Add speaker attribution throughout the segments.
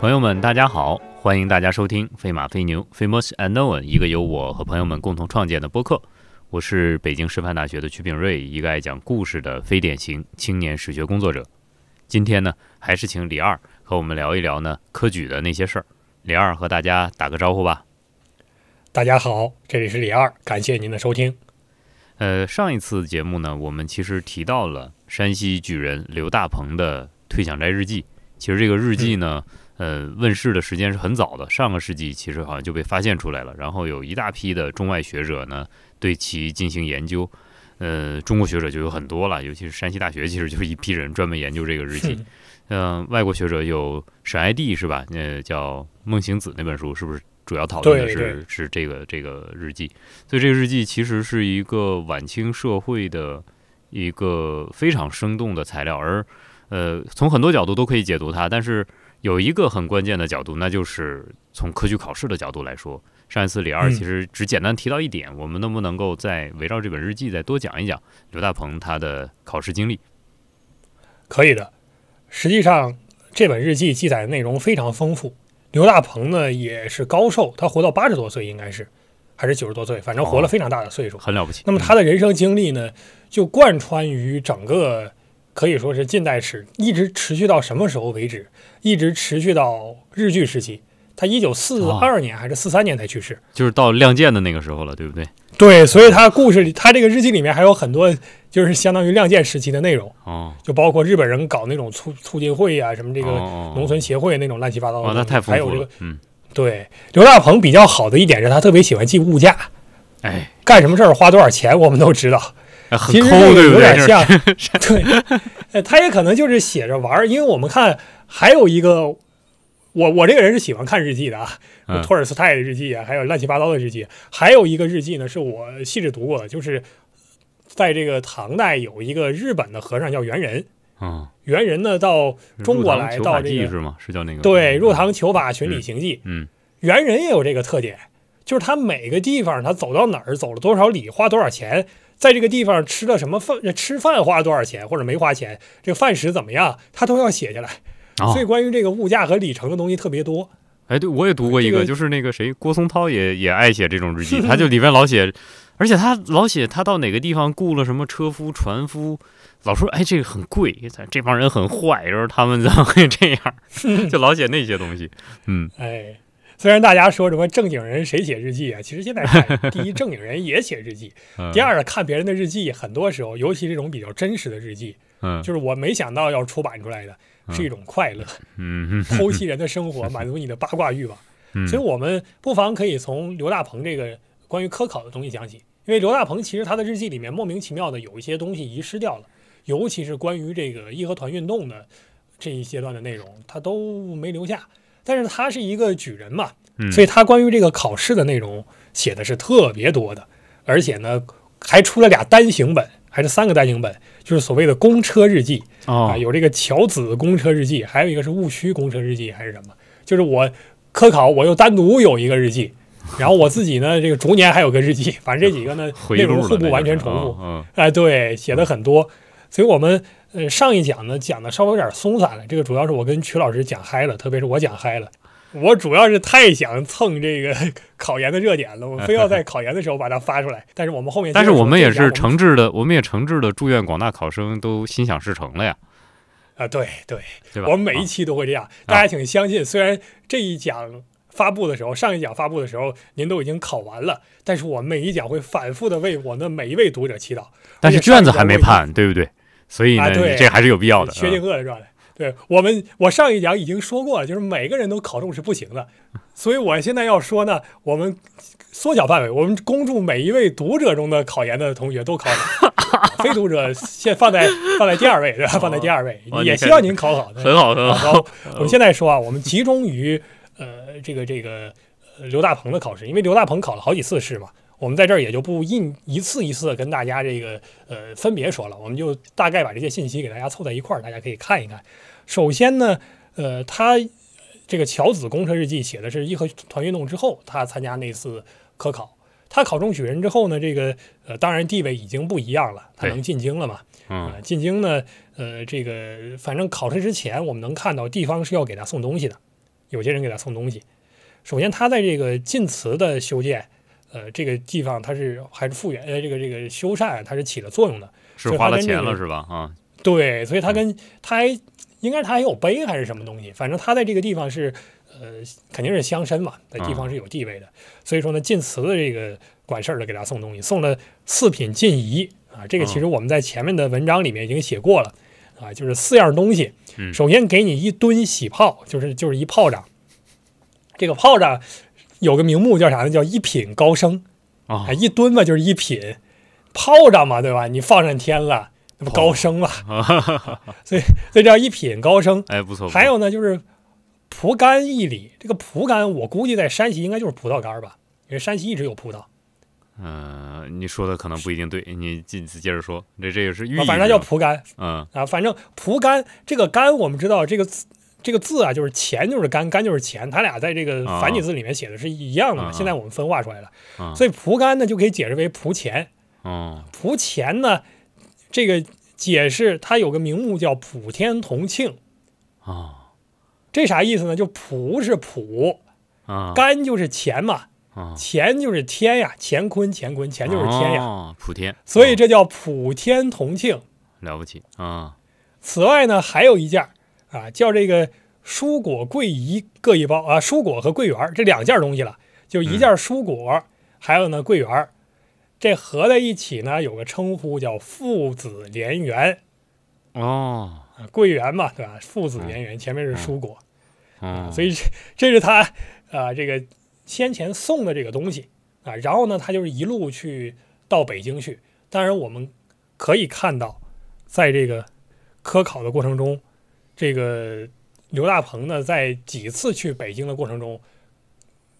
Speaker 1: 朋友们，大家好，欢迎大家收听《飞马飞牛 Famous and Known》，一个由我和朋友们共同创建的播客。我是北京师范大学的曲炳瑞，一个爱讲故事的非典型青年史学工作者。今天呢，还是请李二和我们聊一聊呢科举的那些事儿。李二和大家打个招呼吧。
Speaker 2: 大家好，这里是李二，感谢您的收听。
Speaker 1: 呃，上一次节目呢，我们其实提到了山西举人刘大鹏的《退享斋日记》。其实这个日记呢，
Speaker 2: 嗯
Speaker 1: 呃，问世的时间是很早的，上个世纪其实好像就被发现出来了。然后有一大批的中外学者呢对其进行研究，呃，中国学者就有很多了，尤其是山西大学，其实就是一批人专门研究这个日记。嗯、外国学者有沈爱弟是吧？呃，叫《梦行子》那本书是不是主要讨论的
Speaker 2: 对
Speaker 1: 是
Speaker 2: 对
Speaker 1: 是这个这个日记？所以这个日记其实是一个晚清社会的一个非常生动的材料，而呃，从很多角度都可以解读它，但是有一个很关键的角度，那就是从科举考试的角度来说。上一次李二
Speaker 2: 嗯
Speaker 1: 其实只简单提到一点，我们能不能够再围绕这本日记再多讲一讲刘大鹏他的考试经历？
Speaker 2: 可以的。实际上，这本日记记载的内容非常丰富。刘大鹏呢也是高寿，他活到八十多岁，应该是还是九十多岁，反正活了非常大的岁数。
Speaker 1: 很了不起。嗯
Speaker 2: 那么他的人生经历呢，就贯穿于整个可以说是近代史，一直持续到什么时候为止？一直持续到日据时期。他一九四二年还是四三年才去世。
Speaker 1: 就是到《亮剑》的那个时候了，对不对？
Speaker 2: 对，所以他故事里，他这个日记里面还有很多就是相当于亮剑时期的内容。
Speaker 1: 哦，
Speaker 2: 就包括日本人搞那种促促进会啊，什么这个
Speaker 1: 哦
Speaker 2: 农村协会那种乱七八糟的
Speaker 1: 哦，
Speaker 2: 东西，
Speaker 1: 那太丰
Speaker 2: 还有
Speaker 1: 富
Speaker 2: 这
Speaker 1: 了
Speaker 2: 个。
Speaker 1: 嗯，
Speaker 2: 对刘大鹏比较好的一点是他特别喜欢记物价，
Speaker 1: 哎，
Speaker 2: 干什么事儿花多少钱我们都知道。
Speaker 1: 哎很
Speaker 2: 其实
Speaker 1: 抠，
Speaker 2: 这个
Speaker 1: 对不
Speaker 2: 有
Speaker 1: 对？
Speaker 2: 点
Speaker 1: 这是
Speaker 2: 像， 对，呃他也可能就是写着玩儿，因为我们看还有一个。我我这个人是喜欢看日记的啊，
Speaker 1: 嗯
Speaker 2: 托尔斯泰的日记啊，还有乱七八糟的日记，还有一个日记呢，是我细致读过的，就是在这个唐代有一个日本的和尚叫猿人，
Speaker 1: 嗯，
Speaker 2: 猿人呢到中国
Speaker 1: 入堂
Speaker 2: 来
Speaker 1: 求
Speaker 2: 到
Speaker 1: 法
Speaker 2: 这
Speaker 1: 记
Speaker 2: 个嗯
Speaker 1: 是吗？是叫那个？
Speaker 2: 对入
Speaker 1: 堂。
Speaker 2: 堂求法寻礼行记，
Speaker 1: 嗯，
Speaker 2: 猿人也有这个特点，就是他每个地方他走到哪儿走了多少里花多少钱，在这个地方吃了什么饭吃饭花了多少钱或者没花钱，这个饭食怎么样他都要写下来，
Speaker 1: 哦
Speaker 2: 所以，关于这个物价和里程的东西特别多。
Speaker 1: 哎，对，我也读过一
Speaker 2: 这
Speaker 1: 个，
Speaker 2: 个
Speaker 1: 就是那个谁，郭松涛也也爱写这种日记，他 就里边老写，而且他老写他到哪个地方雇了什么车夫、船夫，老说哎这个很贵，咱这帮人很坏，然后他们 怎么会这 样，就老写那些东西。嗯，
Speaker 2: 哎，虽然大家说什么正经人谁写日记啊，其实现在看，第一正经人也写 日记，
Speaker 1: 呃
Speaker 2: 第，二看别人的日记，很多时候尤其这种比较真实的日记，
Speaker 1: 嗯
Speaker 2: 就是我没想到要出版出来的是一种快乐。
Speaker 1: 嗯嗯
Speaker 2: 剖析人的生 活，满足你的八卦欲望。
Speaker 1: 嗯，
Speaker 2: 所以，我们不妨可以从刘大鹏这个关于科考的东西讲起，因为刘大鹏其实他的日记里面莫名其妙的有一些东西遗失掉了，尤其是关于这个义和团运动的这一阶段的内容，他都没留下。但是他是一个举人嘛，
Speaker 1: 嗯
Speaker 2: 所以他关于这个考试的内容写的是特别多的，而且呢还出了俩单行本，还是三个单行本，就是所谓的公车日记。
Speaker 1: 哦
Speaker 2: 啊，，有这个乔子公车日记，还有一个是戊戌公车日记还是什么？就是我科考我又单独有一个日记，然后我自己呢这个逐年还有个日记，反正这几个呢
Speaker 1: 回
Speaker 2: 内
Speaker 1: 路
Speaker 2: 容
Speaker 1: 了
Speaker 2: 互
Speaker 1: 那就
Speaker 2: 不完全
Speaker 1: 是
Speaker 2: 重复
Speaker 1: 哦。嗯
Speaker 2: 哎，对，写的很多，所以我们呃上一讲呢讲的稍微有点松散了，这个主要是我跟曲老师讲嗨了，特别是我讲嗨了。我主要是太想蹭这个 考研的热点了，我非要 在考研的时候把它发出来。但是我们后面接着
Speaker 1: 哎但
Speaker 2: 说，
Speaker 1: 是我们也
Speaker 2: 这一讲
Speaker 1: 是诚挚的，我们也诚挚的祝愿广大考生都心想事成了呀，
Speaker 2: 啊，对对，
Speaker 1: 对吧？
Speaker 2: 我们每
Speaker 1: 啊
Speaker 2: 一期都会这样，大家请相信。虽然这一讲发布的时候，上一讲发布的时候，您都已经考完了，但是我们每一讲会反复的为我们的每一位读者祈祷。
Speaker 1: 但是
Speaker 2: 而且上
Speaker 1: 卷
Speaker 2: 一
Speaker 1: 子
Speaker 2: 讲
Speaker 1: 还没
Speaker 2: 我已经
Speaker 1: 判，对不对？所以
Speaker 2: 啊
Speaker 1: 呢，
Speaker 2: 对
Speaker 1: 这还是有必要的。
Speaker 2: 薛
Speaker 1: 嗯
Speaker 2: 定谔的状态。对我们，我上一讲已经说过了，就是每个人都考中是不行的，所以我现在要说呢，我们缩小范围，我们恭祝每一位读者中的考研的同学都考 好，非读者先放在放在第二位，对吧？放在第二位
Speaker 1: 哦，你
Speaker 2: 也
Speaker 1: 看
Speaker 2: 希望您考好。对
Speaker 1: 很好，很好。
Speaker 2: 然后我们现在说啊，我们集中于呃这个这个呃刘大鹏的考试，因为刘大鹏考了好几次试嘛，我们在这儿也就不一一次一次的跟大家这个呃分别说了，我们就大概把这些信息给大家凑在一块儿，大家可以看一看。首先呢，呃，他这个乔子公车日记写的是义和团运动之后，他参加那次科考。他考中举人之后呢，这个呃，当然地位已经不一样了，他
Speaker 1: 对
Speaker 2: 能进京了嘛。
Speaker 1: 嗯，
Speaker 2: 啊，进京呢，呃，这个反正考试之前，我们能看到地方是要给他送东西的，有些人给他送东西。首先，他在这个晋祠的修建，呃，这个地方它是还是复原，呃，这个这个修缮它是起了作用的。
Speaker 1: 是
Speaker 2: 所以
Speaker 1: 花
Speaker 2: 它
Speaker 1: 了
Speaker 2: 跟这
Speaker 1: 钱了
Speaker 2: 个
Speaker 1: 是吧？啊，
Speaker 2: 对，所以他跟他还应该是他还有碑还是什么东西，反正他在这个地方是呃肯定是乡绅嘛，在地方是有地位的，所以说呢，晋祠的这个管事儿的给他送东西，送了四品晋仪啊，这个其实
Speaker 1: 哦
Speaker 2: 我们在前面的文章里面已经写过了啊，就是四样东西
Speaker 1: 嗯，
Speaker 2: 首先给你一吨喜炮，就是就是一炮仗，这个炮仗有个名目叫啥呢？叫一品高升。
Speaker 1: 哦
Speaker 2: 啊，，一吨嘛就是一品，炮仗嘛，对吧？你放上天了，那不高升嘛？
Speaker 1: 哦
Speaker 2: 所以所以叫一品高升。
Speaker 1: 哎，不错，不错
Speaker 2: 还有呢，就是蒲甘一里，这个蒲甘我估计在山西应该就是葡萄干儿吧，因为山西一直有葡萄，
Speaker 1: 嗯、你说的可能不一定对，你接接着说，这这也是寓意是吧，
Speaker 2: 啊反正它叫蒲甘
Speaker 1: 嗯
Speaker 2: 啊。反正蒲甘这个甘，我们知道这个字。这个字啊，就是钱，就是甘，甘就是钱，它俩在这个繁体字里面写的是一样的嘛。
Speaker 1: 啊
Speaker 2: 现在我们分化出来了，
Speaker 1: 啊
Speaker 2: 所以蒲甘呢就可以解释为蒲钱，
Speaker 1: 哦
Speaker 2: 莆钱呢，这个解释它有个名目叫普天同庆，
Speaker 1: 啊
Speaker 2: 这啥意思呢？就普是普，
Speaker 1: 啊
Speaker 2: 干就是钱嘛，
Speaker 1: 啊，
Speaker 2: 钱就是天呀，乾坤乾坤钱就是天呀，
Speaker 1: 哦，普天，
Speaker 2: 所以
Speaker 1: 哦
Speaker 2: 这叫普天同庆。
Speaker 1: 了不起啊
Speaker 2: 此外呢，还有一件儿啊，叫这个蔬果桂仪各一包啊，蔬果和桂圆儿这两件东西了，就一件蔬果，还有呢桂圆儿，这合在一起呢有个称呼叫父子连园。
Speaker 1: 哦
Speaker 2: 啊，桂圆嘛，对吧？父子连园，前面是蔬果，
Speaker 1: 哦，
Speaker 2: 所以这这是他啊、这个先前送的这个东西啊。然后呢，他就是一路去到北京去。当然，我们可以看到，在这个科考的过程中，这个刘大鹏呢，在几次去北京的过程中，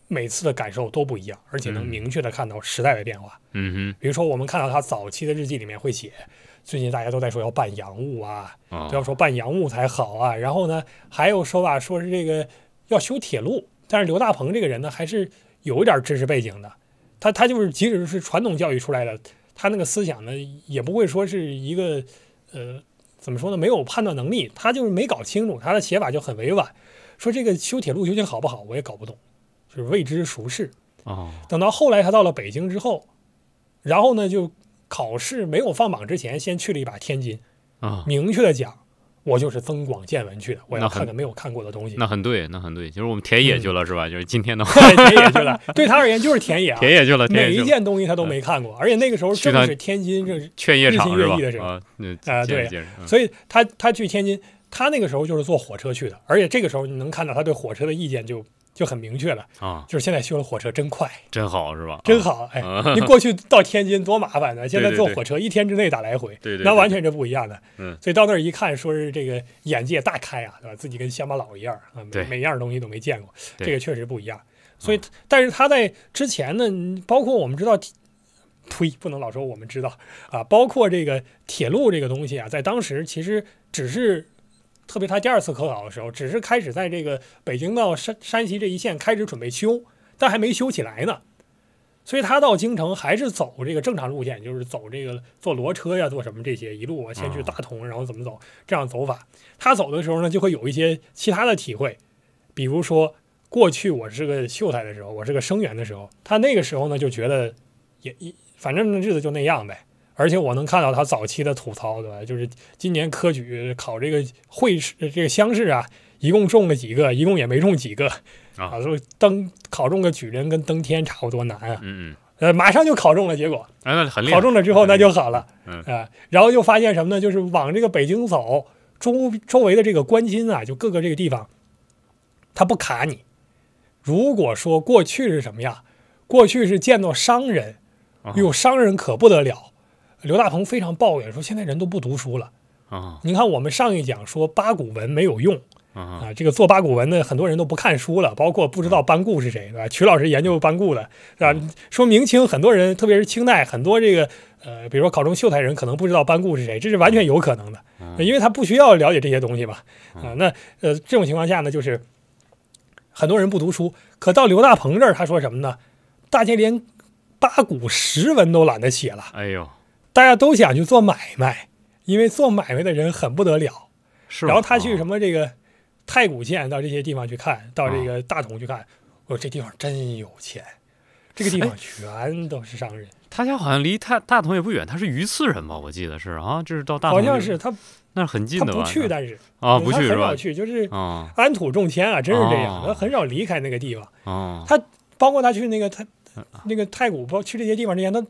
Speaker 2: 每次的感受都不一样，而且能
Speaker 1: 嗯
Speaker 2: 明确的看到时代的变化。
Speaker 1: 嗯
Speaker 2: 比如说，我们看到他早期的日记里面会写，最近大家都在说要办洋务啊，
Speaker 1: 哼哦
Speaker 2: 都要说办洋务才好啊。然后呢，还有说法说是这个要修铁路，但是刘大鹏这个人呢，还是有一点知识背景的。他他就是即使是传统教育出来的，他那个思想呢，也不会说是一个呃怎么说呢，没有判断能力。他就是没搞清楚，他的写法就很委婉，说这个修铁路究竟好不好，我也搞不懂，就是未知孰是。
Speaker 1: 哦
Speaker 2: 等到后来他到了北京之后，然后呢就考试没有放榜之前，先去了一把天津，
Speaker 1: 哦，
Speaker 2: 明确的讲，我就是增广见闻去的，我要
Speaker 1: 那很
Speaker 2: 看看没有看过的东西。
Speaker 1: 那很对，那很对，就是我们田
Speaker 2: 嗯
Speaker 1: 野去了、是吧？就是今天的话，
Speaker 2: 田野去 了，对他而言就是田野啊，
Speaker 1: 田野去了，田
Speaker 2: 每
Speaker 1: 野嗯
Speaker 2: 一
Speaker 1: 去了，
Speaker 2: 件东西他都没看过，而且那个时候
Speaker 1: 去
Speaker 2: 正
Speaker 1: 趟
Speaker 2: 是天津，正是
Speaker 1: 劝夜场是
Speaker 2: 日新
Speaker 1: 吧
Speaker 2: 月异的时？候
Speaker 1: 啊，那
Speaker 2: 啊
Speaker 1: 接着
Speaker 2: 对
Speaker 1: 接着，嗯
Speaker 2: 所以他他去天津，他那个时候就是坐火车去的，而且这个时候你能看到他对火车的意见就就很明确了，
Speaker 1: 啊，
Speaker 2: 就是现在修的火车真快，
Speaker 1: 真好是吧？
Speaker 2: 真
Speaker 1: 啊，
Speaker 2: 好，哎
Speaker 1: 啊，
Speaker 2: 你过去到天津多麻烦呢，现在
Speaker 1: 对对
Speaker 2: 坐
Speaker 1: 对
Speaker 2: 火车一天之内打来回，
Speaker 1: 对对
Speaker 2: 那
Speaker 1: 对
Speaker 2: 完全是不一样的。
Speaker 1: 嗯
Speaker 2: 所以到那儿一看，说是这个眼界大开啊，对吧？自己跟乡巴佬一样啊，每
Speaker 1: 对
Speaker 2: 每样东西都没见过，
Speaker 1: 对嗯
Speaker 2: 这个确实不一样。所以，但是他在之前呢，嗯包括我们知道，呸，不能老说我们知道啊，包括这个铁路这个东西啊，在当时其实只是。特别他第二次科考的时候，只是开始在这个北京到山山西这一线开始准备修，但还没修起来呢。所以他到京城还是走这个正常路线，就是走这个坐骡车呀，坐什么这些，一路啊先去大同，然后怎么走，这样走法。他走的时候呢，就会有一些其他的体会，比如说过去我是个秀才的时候，我是个生员的时候，他那个时候呢就觉得也也反正日子就那样呗。而且我能看到他早期的吐槽，对吧？就是今年科举考这个会试、这个乡试啊，一共中了几个，一共也没中几个啊，说登考中个举人跟登天差不多难啊。
Speaker 1: 嗯嗯，
Speaker 2: 呃，马上就考中了，结果
Speaker 1: 哎，那很厉害，
Speaker 2: 考中了之后
Speaker 1: 很厉
Speaker 2: 那
Speaker 1: 害
Speaker 2: 就好了，
Speaker 1: 嗯
Speaker 2: 啊、然后就发现什么呢？就是往这个北京走，周周围的这个关津啊，就各个这个地方，它不卡你。如果说过去是什么样，过去是见到商人，
Speaker 1: 啊
Speaker 2: 哟，商人可不得了。刘大鹏非常抱怨说，现在人都不读书了。
Speaker 1: 啊
Speaker 2: 您看，我们上一讲说八股文没有用，
Speaker 1: 啊
Speaker 2: 啊，这个做八股文的很多人都不看书了，包括不知道班固是谁，对吧？曲老师研究班固的，是吧？说明清很多人，特别是清代很多这个呃，比如说考中秀才人，可能不知道班固是谁，这是完全有可能的，呃因为他不需要了解这些东西嘛。啊，那呃，这种情况下呢，就是很多人不读书，可到刘大鹏这儿，他说什么呢？大家连八股十文都懒得写了，
Speaker 1: 哎呦，
Speaker 2: 大家都想去做买卖，因为做买卖的人很不得了。
Speaker 1: 是吧，
Speaker 2: 然后他去
Speaker 1: 么
Speaker 2: 什么这个太谷县到这些地方去看，到这
Speaker 1: 啊
Speaker 2: 个大同去看，我说这地方真有钱，这个地
Speaker 1: 哎
Speaker 2: 方全都是商人，
Speaker 1: 他家好像离大大同也不远，他是榆次人吧？我记得是啊，这是到大同
Speaker 2: 好
Speaker 1: 就，
Speaker 2: 像是他
Speaker 1: 那是很近
Speaker 2: 他
Speaker 1: 的吧？
Speaker 2: 不去，但是
Speaker 1: 啊，
Speaker 2: 嗯
Speaker 1: 不
Speaker 2: 他
Speaker 1: 去是
Speaker 2: 很
Speaker 1: 吧
Speaker 2: 少？去，就是
Speaker 1: 啊
Speaker 2: 安土重迁啊，真是这样，
Speaker 1: 哦
Speaker 2: 他很少离开那个地方，
Speaker 1: 啊
Speaker 2: 他包括他去那个他
Speaker 1: 嗯
Speaker 2: 那个太谷，包括去这些地方之前，他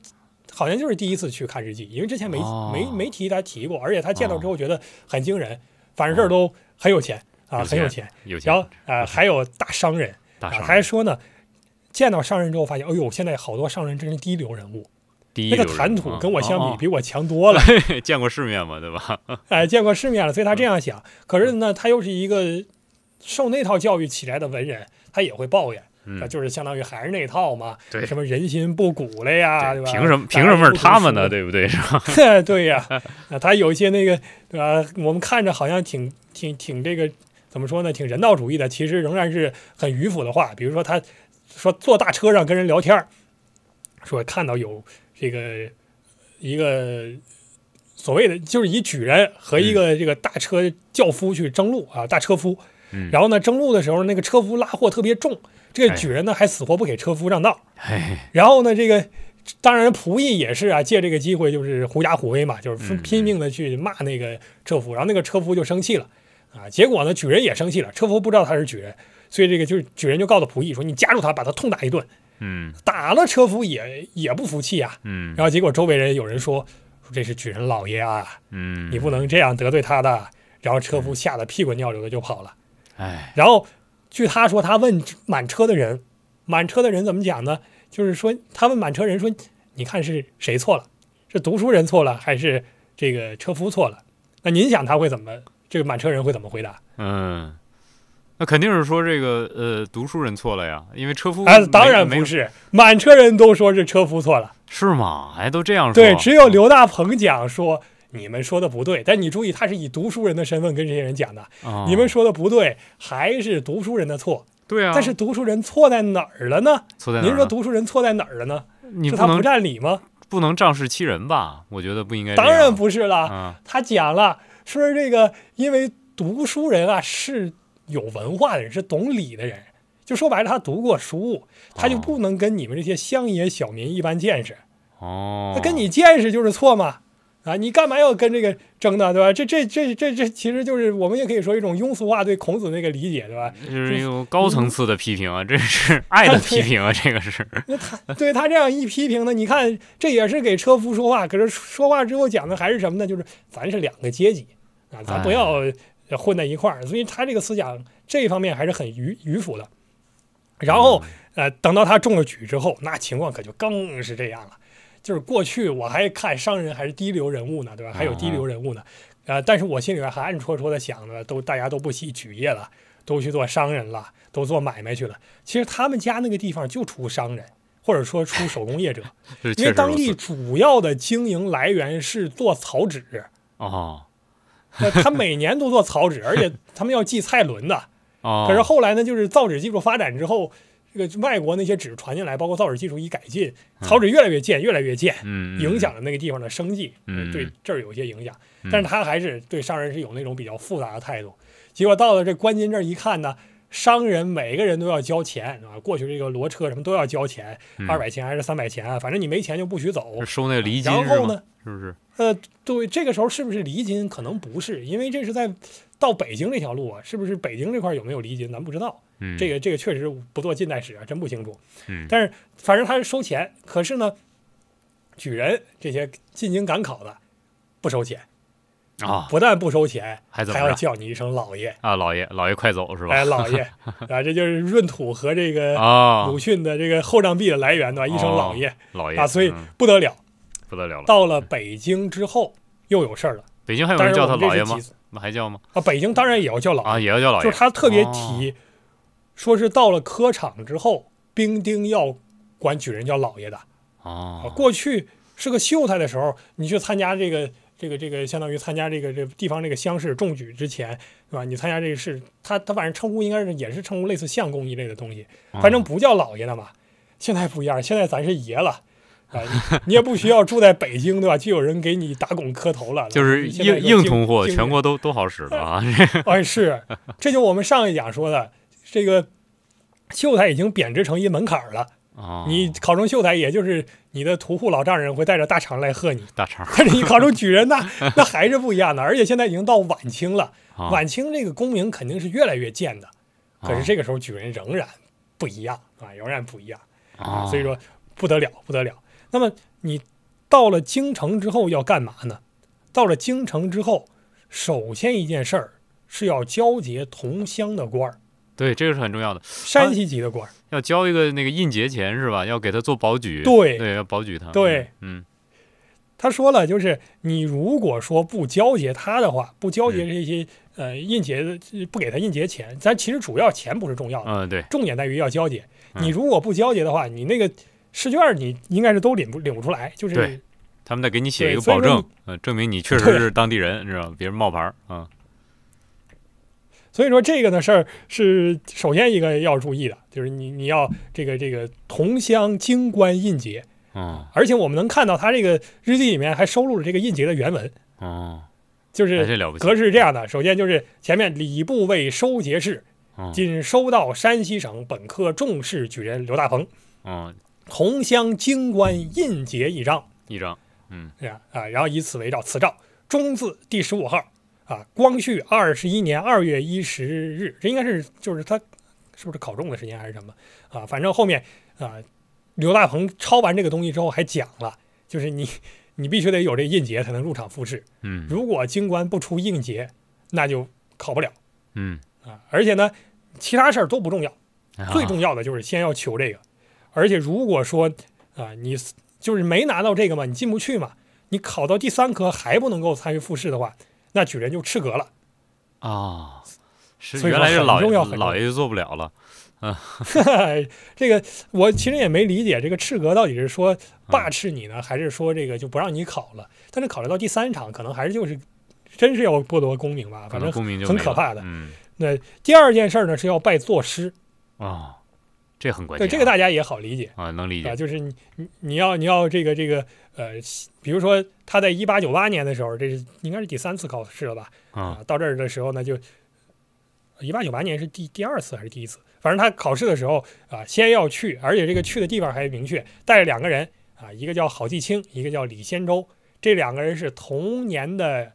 Speaker 2: 好像就是第一次去看日记，因为之前没、
Speaker 1: 哦
Speaker 2: 没没提他提过，而且他见到之后觉得很惊人，反正这儿都很有钱、啊，
Speaker 1: 啊有
Speaker 2: 很有
Speaker 1: 钱
Speaker 2: 钱，
Speaker 1: 有
Speaker 2: 然后
Speaker 1: 钱，
Speaker 2: 啊、还有大商人。
Speaker 1: 大
Speaker 2: 啊，
Speaker 1: 商
Speaker 2: 他还
Speaker 1: 人
Speaker 2: 说呢，见到商人之后发现，哎呦，现在好多商人真是一流人物，
Speaker 1: 第一
Speaker 2: 那个
Speaker 1: 流人
Speaker 2: 谈
Speaker 1: 啊
Speaker 2: 吐跟我相
Speaker 1: 哦
Speaker 2: 比，比我强 多了，
Speaker 1: 哦见过世面嘛，对 吧？
Speaker 2: 哎，见过世面了，所以
Speaker 1: 嗯
Speaker 2: 他这样想。可是呢，他又是一个受那套教育起来的文人，他也会抱怨，
Speaker 1: 嗯
Speaker 2: 啊，就是相当于还是那套嘛，
Speaker 1: 对
Speaker 2: 什么人心不古了呀，啊对吧？
Speaker 1: 凭什么
Speaker 2: 大
Speaker 1: 凭
Speaker 2: 家
Speaker 1: 什么
Speaker 2: 都
Speaker 1: 是
Speaker 2: 不
Speaker 1: 他
Speaker 2: 读
Speaker 1: 们
Speaker 2: 书
Speaker 1: 的，对不对？是 吧？
Speaker 2: 对呀、啊，他有一些那个，对吧？我们看着好像挺挺挺这个怎么说呢，挺人道主义的，其实仍然是很迂腐的话。比如说，他说坐大车上跟人聊天儿，说看到有这个一个所谓的就是以举人和一个这个大车轿夫去争路啊，大车夫。
Speaker 1: 嗯
Speaker 2: 然后呢，争路的时候，那个车夫拉货特别重，这个
Speaker 1: 哎
Speaker 2: 举人呢还死活不给车夫让道。
Speaker 1: 哎，
Speaker 2: 然后呢，这个当然仆役也是啊，借这个机会就是狐假虎威嘛，就是拼
Speaker 1: 嗯
Speaker 2: 拼命的去骂那个车夫，然后那个车夫就生气了啊。结果呢，举人也生气了，车夫不知道他是举人，所以这个就是举人就告诉仆役说：“你夹住他，把他痛打一顿。”
Speaker 1: 嗯
Speaker 2: 打了车夫也也不服气啊。
Speaker 1: 嗯，
Speaker 2: 然后结果周围人有人说：“说这是举人老爷啊，
Speaker 1: 嗯，
Speaker 2: 你不能这样得罪他的。”然后车夫吓得屁滚尿流的就跑了。
Speaker 1: 哎，
Speaker 2: 然后据他说，他问满车的人，满车的人怎么讲呢？就是说，他问满车人说：“你看是谁错了？是读书人错了，还是这个车夫错了？”那您想他会怎么？这个满车人会怎么回答？
Speaker 1: 嗯，那肯定是说这个呃，读书人错了呀，因为车夫
Speaker 2: 啊，当
Speaker 1: 没
Speaker 2: 然
Speaker 1: 没
Speaker 2: 不是，满车人都说是车夫错了。
Speaker 1: 是吗？哎，都这样说，
Speaker 2: 对，只有刘大鹏讲说你们说的不对。但你注意，他是以读书人的身份跟这些人讲的，
Speaker 1: 哦
Speaker 2: 你们说的不对，还是读书人的错。
Speaker 1: 对啊，
Speaker 2: 但是读书人错在哪儿了呢？
Speaker 1: 错在哪儿
Speaker 2: 您说
Speaker 1: 呢
Speaker 2: 读书人错在哪儿了呢？
Speaker 1: 你
Speaker 2: 是
Speaker 1: 不
Speaker 2: 他不
Speaker 1: 能
Speaker 2: 占理吗？
Speaker 1: 不能仗势欺人吧？我觉得不应该这
Speaker 2: 当
Speaker 1: 样，
Speaker 2: 然不是了，
Speaker 1: 啊，
Speaker 2: 他讲了，说是这个，因为读书人啊是有文化的人，是懂理的人，就说白了，他读过书，他就
Speaker 1: 哦
Speaker 2: 不能跟你们这些乡野小民一般见识，
Speaker 1: 哦，
Speaker 2: 那跟你见识就是错嘛。啊，你干嘛要跟这个争呢，对吧？这这这这这，其实就是我们也可以说一种庸俗化对孔子那个理解，对吧？
Speaker 1: 这是一种高层次的批评啊，这
Speaker 2: 嗯
Speaker 1: 是爱的批评啊，这个是，
Speaker 2: 那他对他这样一批评呢，你看这也是给车夫说话，可是说话之后讲的还是什么呢？就是咱是两个阶级啊，咱不要呃混在一块儿。所以他这个思想这一方面还是很迂迂腐的。然后呃，等到他中了举之后，那情况可就更是这样了。就是过去我还看商人还是低流人物呢，对
Speaker 1: 啊
Speaker 2: 吧？还有低流人物呢，呃，但是我心里边还暗戳戳的想着，都大家都不惜举业了，都去做商人了，都做买卖去了。其实他们家那个地方就出商人，或者说出手工业者，
Speaker 1: 这 确
Speaker 2: 因为
Speaker 1: 实
Speaker 2: 当
Speaker 1: 如
Speaker 2: 地
Speaker 1: 此
Speaker 2: 主要的经营来源是做草 纸，
Speaker 1: 哦
Speaker 2: 那他每年都做草纸，而且他们要寄菜轮的。
Speaker 1: 哦，
Speaker 2: 可是后来呢，就是造纸技术发展之后，这个外国那些纸传进来，包括造纸技术一改进，草纸越来越贱，越来越贱，
Speaker 1: 嗯
Speaker 2: 影响了那个地方的生计，
Speaker 1: 嗯
Speaker 2: 对这儿有一些影响
Speaker 1: 嗯。
Speaker 2: 但是他还是对商人是有那种比较复杂的态度。结果到了这关金这儿一看呢，商人每个人都要交钱啊，过去这个骡车什么都要交钱，二百钱还是三百钱啊，反正你没钱就不许走
Speaker 1: 嗯呃是。收那个礼金
Speaker 2: 然
Speaker 1: 是
Speaker 2: 后
Speaker 1: 吗
Speaker 2: 呢？，
Speaker 1: 是不是？
Speaker 2: 呃，对，这个时候是不是离金？可能不是，因为这是在到北京这条路啊，是不是北京这块儿有没有离金，咱不知道。
Speaker 1: 嗯，
Speaker 2: 这个这个确实不做近代史啊，真不清楚。
Speaker 1: 嗯
Speaker 2: 但是反正他是收钱，可是呢，举人这些进京赶考的不收钱，
Speaker 1: 啊
Speaker 2: 不但不收钱，
Speaker 1: 还怎么
Speaker 2: 还要
Speaker 1: 着
Speaker 2: 叫你一声老爷，
Speaker 1: 啊，老爷老爷快走是吧？
Speaker 2: 哎，老爷啊，这就是闰土和这个
Speaker 1: 啊，
Speaker 2: 鲁迅的这个后账币的来源，对吧？一声
Speaker 1: 哦
Speaker 2: 老爷
Speaker 1: 老爷
Speaker 2: 哎啊，所以
Speaker 1: 嗯
Speaker 2: 不得了。
Speaker 1: 不得了了。
Speaker 2: 到了北京之后又有事儿了，
Speaker 1: 北京还有
Speaker 2: 但
Speaker 1: 人
Speaker 2: 是
Speaker 1: 叫
Speaker 2: 我
Speaker 1: 他
Speaker 2: 们这
Speaker 1: 老爷
Speaker 2: 是
Speaker 1: 吗
Speaker 2: 几？次
Speaker 1: 那还叫吗？
Speaker 2: 啊，北京当然也要叫老爷
Speaker 1: 啊，也要叫老
Speaker 2: 就
Speaker 1: 爷
Speaker 2: 是。他特别
Speaker 1: 哦
Speaker 2: 提，说是到了科场之后，兵丁要管举人叫老爷的。啊，
Speaker 1: 哦，
Speaker 2: 过去是个秀才的时候，你去参加这个这个这个，相当于参加这个这地方这个乡试中举之前，对吧？你参加这个试，他他反正称呼应该是也是称呼
Speaker 1: 啊
Speaker 2: 类似相公一类的东西，反正不叫老爷的嘛。现在不一样，现在咱是爷了，啊， 你也不需要住在北京，对吧？就有人给你打拱磕头了，
Speaker 1: 就是
Speaker 2: 现在
Speaker 1: 硬
Speaker 2: 有
Speaker 1: 硬
Speaker 2: 经
Speaker 1: 通货，
Speaker 2: 经
Speaker 1: 全
Speaker 2: 济
Speaker 1: 国都都好使了啊！
Speaker 2: 哎，是，这就我们上一讲说的，这个秀才已经贬值成一门槛儿了。
Speaker 1: 哦
Speaker 2: 你考中秀才，也就是你的屠户老丈人会带着大肠来贺你，
Speaker 1: 大肠儿
Speaker 2: 但是你考中举人那那还是不一样的。而且现在已经到晚清了，
Speaker 1: 啊，
Speaker 2: 晚清这个功名肯定是越来越贱的，可
Speaker 1: 啊
Speaker 2: 是这个时候举人仍然不一样啊，仍然不一样
Speaker 1: 啊，
Speaker 2: 所以说不得了，不得了。那么你到了京城之后要干嘛呢？到了京城之后，首先一件事儿是要交结同乡的官儿，
Speaker 1: 对，这个是很重要的，
Speaker 2: 山西籍的官儿。
Speaker 1: 要交一个那个印结钱是吧？要给他做保举，
Speaker 2: 对
Speaker 1: 对，要保举他，
Speaker 2: 对
Speaker 1: 嗯，
Speaker 2: 他说了，就是你如果说不交结他的话，不交结
Speaker 1: 嗯
Speaker 2: 这些、呃印结的，不给他印结钱，咱其实主要钱不是重要
Speaker 1: 嗯，
Speaker 2: 的，
Speaker 1: 呃对，
Speaker 2: 重点在于要交结。
Speaker 1: 嗯
Speaker 2: 你如果不交结的话，你那个试卷你应该是都领不领不出来，就是
Speaker 1: 对他们得给你写
Speaker 2: 对
Speaker 1: 一个
Speaker 2: 所以
Speaker 1: 保
Speaker 2: 说
Speaker 1: 证
Speaker 2: 你，
Speaker 1: 呃，证明你确实
Speaker 2: 对
Speaker 1: 是当地人，你知道吗，别人冒牌儿啊，
Speaker 2: 所以说这个呢事儿是首先一个要注意的，就是你你要这个这个同乡京官印结，
Speaker 1: 哦
Speaker 2: 而且我们能看到他这个日记里面还收录了这个印结的原文，
Speaker 1: 哦，
Speaker 2: 就
Speaker 1: 哎
Speaker 2: 是
Speaker 1: 这了不起，
Speaker 2: 格式是这样的，首先就是前面礼部尉收节事，
Speaker 1: 哦
Speaker 2: 仅收到山西省本科重士举人刘大鹏
Speaker 1: 哦，
Speaker 2: 同乡京官印结一张，
Speaker 1: 一张，
Speaker 2: 是吧？啊，然后以此为照，此照中字第十五号啊，光绪二十一年二月一十日，这应该是就是他是不是考中的时间还是什么啊？反正后面啊，刘大鹏抄完这个东西之后还讲了，就是你 你必须得有这印结才能入场复试，
Speaker 1: 嗯
Speaker 2: 如果京官不出印结，那就考不了
Speaker 1: 嗯，
Speaker 2: 啊。而且呢，其他事儿都不重要。
Speaker 1: 啊
Speaker 2: 最重要的就是先要求这个，而且如果说啊、你 s- 就是没拿到这个嘛，你进不去嘛，你考到第三科还不能够参与复试的话，那举人就吃格了。
Speaker 1: 啊，是
Speaker 2: 所以
Speaker 1: 原
Speaker 2: 说
Speaker 1: 来是
Speaker 2: 很
Speaker 1: 老爷
Speaker 2: 重要很重
Speaker 1: 老
Speaker 2: 要
Speaker 1: 爷就做不了了，
Speaker 2: 这个我其实也没理解，这个斥格到底是
Speaker 1: 嗯
Speaker 2: 说罢斥你呢，还是说这个就不让你考了？但是考虑到第三场，可能还是就是真是要剥夺功名吧，
Speaker 1: 可
Speaker 2: 反
Speaker 1: 能
Speaker 2: 正
Speaker 1: 公民就
Speaker 2: 很
Speaker 1: 没
Speaker 2: 可
Speaker 1: 了
Speaker 2: 怕的
Speaker 1: 嗯
Speaker 2: 那第二件事儿呢是要拜作诗，
Speaker 1: 哦，这很关
Speaker 2: 对
Speaker 1: 键啊，
Speaker 2: 这个大家也好理解。
Speaker 1: 啊能理
Speaker 2: 啊，
Speaker 1: 解，
Speaker 2: 就是你你你要你要这个这个呃，西比如说他在一八九八年的时候，这是应该是第三次考试了吧？
Speaker 1: 啊
Speaker 2: 啊，到这儿的时候呢，就一八九八年是第第二次还是第一次？反正他考试的时候啊，先要去，而且
Speaker 1: 嗯
Speaker 2: 这个去的地方还明确，带着两个人啊，一个叫郝继清，一个叫李先洲，这两个人是同年的，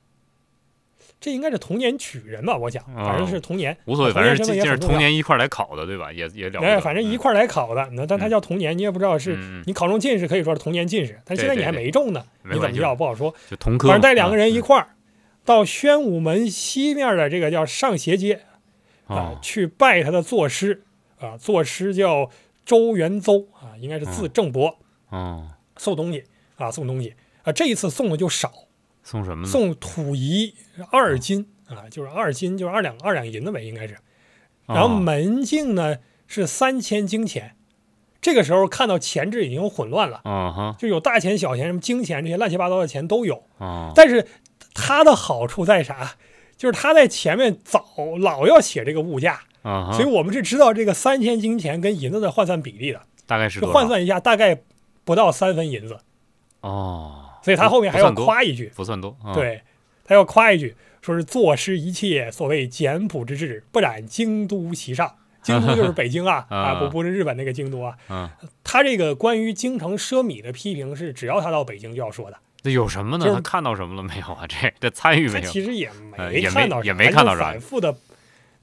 Speaker 2: 这应该是同年举人吧？我想，反正
Speaker 1: 哦
Speaker 2: 是同年。
Speaker 1: 无所谓，
Speaker 2: 同
Speaker 1: 反正
Speaker 2: 年
Speaker 1: 是
Speaker 2: 身份也
Speaker 1: 就是
Speaker 2: 很重
Speaker 1: 同
Speaker 2: 要
Speaker 1: 年一块儿来考的，对吧？也也了不
Speaker 2: 哎，
Speaker 1: 得，
Speaker 2: 反正一
Speaker 1: 嗯
Speaker 2: 块儿来考的，那但他
Speaker 1: 嗯
Speaker 2: 叫同年，你也不知道是
Speaker 1: 嗯嗯
Speaker 2: 你考中进士可以说是同年进士，但
Speaker 1: 对
Speaker 2: 现在你
Speaker 1: 对
Speaker 2: 还
Speaker 1: 对
Speaker 2: 没中呢，
Speaker 1: 没
Speaker 2: 你怎
Speaker 1: 关
Speaker 2: 么
Speaker 1: 系
Speaker 2: 知道不好说。
Speaker 1: 就同科啊嗯
Speaker 2: 反
Speaker 1: 嘛，
Speaker 2: 正带两个人一
Speaker 1: 块
Speaker 2: 块儿到宣武门西面的这个叫上斜街啊
Speaker 1: 哦，
Speaker 2: 去拜他的作师啊，作师叫周元邹啊，应该是字正伯，
Speaker 1: 哦，
Speaker 2: 送东西啊，送东西啊，这一次送的就少，
Speaker 1: 送什么呢？
Speaker 2: 送土仪二斤啊，就是二斤，就是二两二两银子呗，应该是。然后
Speaker 1: 哦
Speaker 2: 门径呢是三千金钱。这个时候看到钱制已经混乱了，
Speaker 1: 嗯哼，
Speaker 2: 就有大钱、小钱、什么金钱这些乱七八糟的钱都有。
Speaker 1: 哦，
Speaker 2: 但是它的好处在啥？就是它在前面早老要写这个物价，
Speaker 1: 嗯
Speaker 2: 所以
Speaker 1: 哼，
Speaker 2: 我们是知道这个三千金钱跟银子的换算比例的，
Speaker 1: 大概是
Speaker 2: 就
Speaker 1: 多
Speaker 2: 换
Speaker 1: 少
Speaker 2: 算一下大概不到三分银子，
Speaker 1: 哦，
Speaker 2: 所以他后面
Speaker 1: 不
Speaker 2: 还要
Speaker 1: 算多
Speaker 2: 夸一句，
Speaker 1: 不算多，嗯，
Speaker 2: 对，他要夸一句，说是坐失一切所谓简朴之志，不染京都其 上。京都就是北京啊，
Speaker 1: 啊
Speaker 2: 啊，不不是日本那个京都啊。
Speaker 1: 嗯，
Speaker 2: 他这个关于京城奢靡的批评是，只要他到北京就要说的。
Speaker 1: 那有什么呢？
Speaker 2: 就
Speaker 1: 他
Speaker 2: 是
Speaker 1: 看到什么了没有啊？ 这这参与
Speaker 2: 他
Speaker 1: 没有？
Speaker 2: 其实也
Speaker 1: 呃
Speaker 2: 没
Speaker 1: 也
Speaker 2: 看
Speaker 1: 没
Speaker 2: 到啥，
Speaker 1: 也没看到
Speaker 2: 他就
Speaker 1: 啥
Speaker 2: 反复的，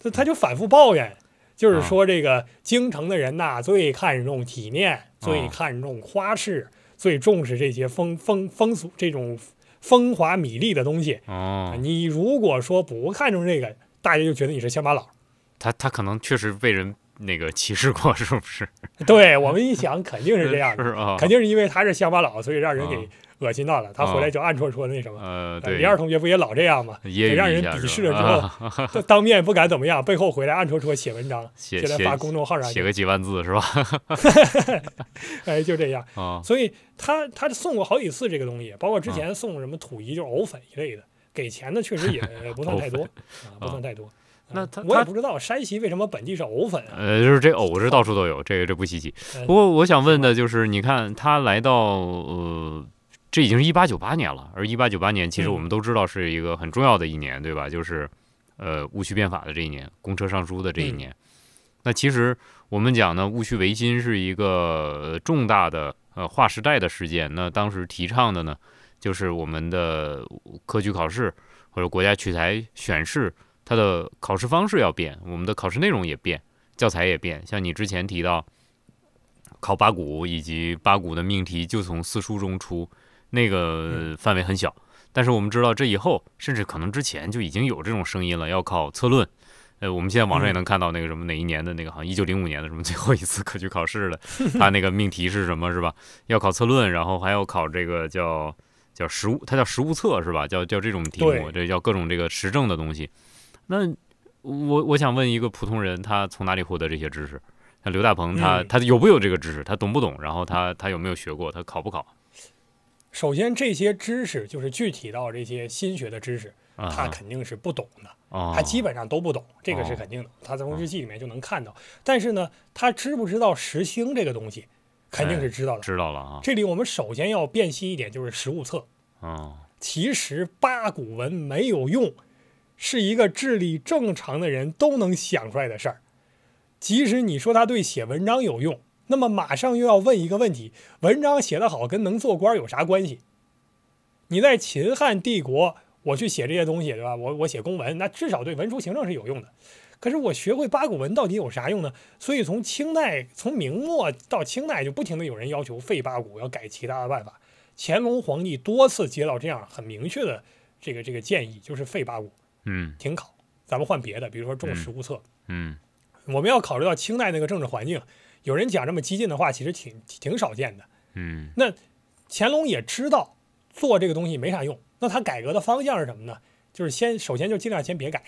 Speaker 2: 他他就反复抱怨，就是
Speaker 1: 啊
Speaker 2: 说这个京城的人呐、最看重体面，最
Speaker 1: 啊
Speaker 2: 看重花式，最重视这些风风风俗这种风华米丽的东西。
Speaker 1: 哦，
Speaker 2: 你如果说不看重这个，大家就觉得你是乡巴佬。
Speaker 1: 他他可能确实被人那个歧视过，是不是？
Speaker 2: 对我们一想，肯 定是这样 的，
Speaker 1: 是啊，
Speaker 2: 肯定是因为他是乡巴佬，所以让人
Speaker 1: 啊
Speaker 2: 给恶心到了。他回来就暗戳戳的那什么，
Speaker 1: 呃，嗯
Speaker 2: 呃
Speaker 1: 对，
Speaker 2: 李二同学不也老这 样吗？
Speaker 1: 也
Speaker 2: 给让人鄙视了之
Speaker 1: 啊
Speaker 2: 后，当当面不敢怎么样，背后回来暗戳戳写文章，
Speaker 1: 写
Speaker 2: 就在
Speaker 1: 写
Speaker 2: 发啊公众号上
Speaker 1: 写
Speaker 2: 去，
Speaker 1: 个几万字是吧？
Speaker 2: 哎，就这样。
Speaker 1: 啊，
Speaker 2: 所以他他送过好几次这个东西，包括
Speaker 1: 嗯
Speaker 2: 之前 送什么土仪，就是藕粉一类的，给钱的确实也不算太多啊，不算太多。
Speaker 1: 哦那他
Speaker 2: 我也
Speaker 1: 他
Speaker 2: 不知道山西为什么本地是藕粉啊。
Speaker 1: 呃，就是这偶是到处都有，这个这不稀奇。不过我想问的就是，你看他来到呃，这已经是一八九八年了，而一八九八年其实我们都知道是一个很重要的一年，对吧？就是呃戊戌变法的这一年，公车上书的这一年。那其实我们讲呢，戊戌维新是一个呃重大的呃划时代的事件。那当时提倡的呢，就是我们的科举考试或者国家取材选试，它的考试方式要变，我们的考试内容也变，教材也变。像你之前提到考八股以及八股的命题就从四书中出，那个范围很小。但是我们知道，这以后甚至可能之前就已经有这种声音了，要考策论。呃，我们现在网上也能看到那个什么哪一年的那个，好像一九零五年的什么最后一次 科举考试的，它那个命题是什么，是吧？要考策论，然后还要考这个叫叫实物，它叫实物册是吧？叫叫这种题目，
Speaker 2: 对
Speaker 1: 这叫各种这个实证的东西。那我我想问一个普通人，他从哪里获得这些知识？像刘大鹏他、
Speaker 2: 嗯
Speaker 1: 他有没有这个知识？他懂不懂？然后他他有没有学过？他考不考？
Speaker 2: 首先，这些知识就是具体到这些新学的知识，
Speaker 1: 啊、
Speaker 2: 他肯定是不懂的。
Speaker 1: 哦
Speaker 2: 他基本上都不懂，这个是肯定的，他从日记里面就能看到。但是呢，他知不知道时兴这个东西，肯定是知道的。
Speaker 1: 哎知道了啊。
Speaker 2: 这里我们首先要辨析一点，就是实物册。
Speaker 1: 哦，
Speaker 2: 其实八股文没有用，是一个智力正常的人都能想出来的事儿。即使你说它对写文章有用，那么马上又要问一个问题：文章写得好跟能做官有啥关系？你在秦汉帝国，我去写这些东西，对吧？我我写公文，那至少对文书行政是有用的。可是我学会八股文到底有啥用呢？所以从清代，从明末到清代，就不停的有人要求废八股，要改其他的办法。乾隆皇帝多次接到这样很明确的这个这个建议，就是废八股，
Speaker 1: 嗯
Speaker 2: 停考，咱们换别的，比如说重实物册。
Speaker 1: 嗯
Speaker 2: 我们要考虑到清代那个政治环境，有人讲这么激进的话，其实挺挺少见的。
Speaker 1: 嗯
Speaker 2: 乾隆也知道做这个东西没啥用，那他改革的方向是什么呢？就是先首先就尽量先别改，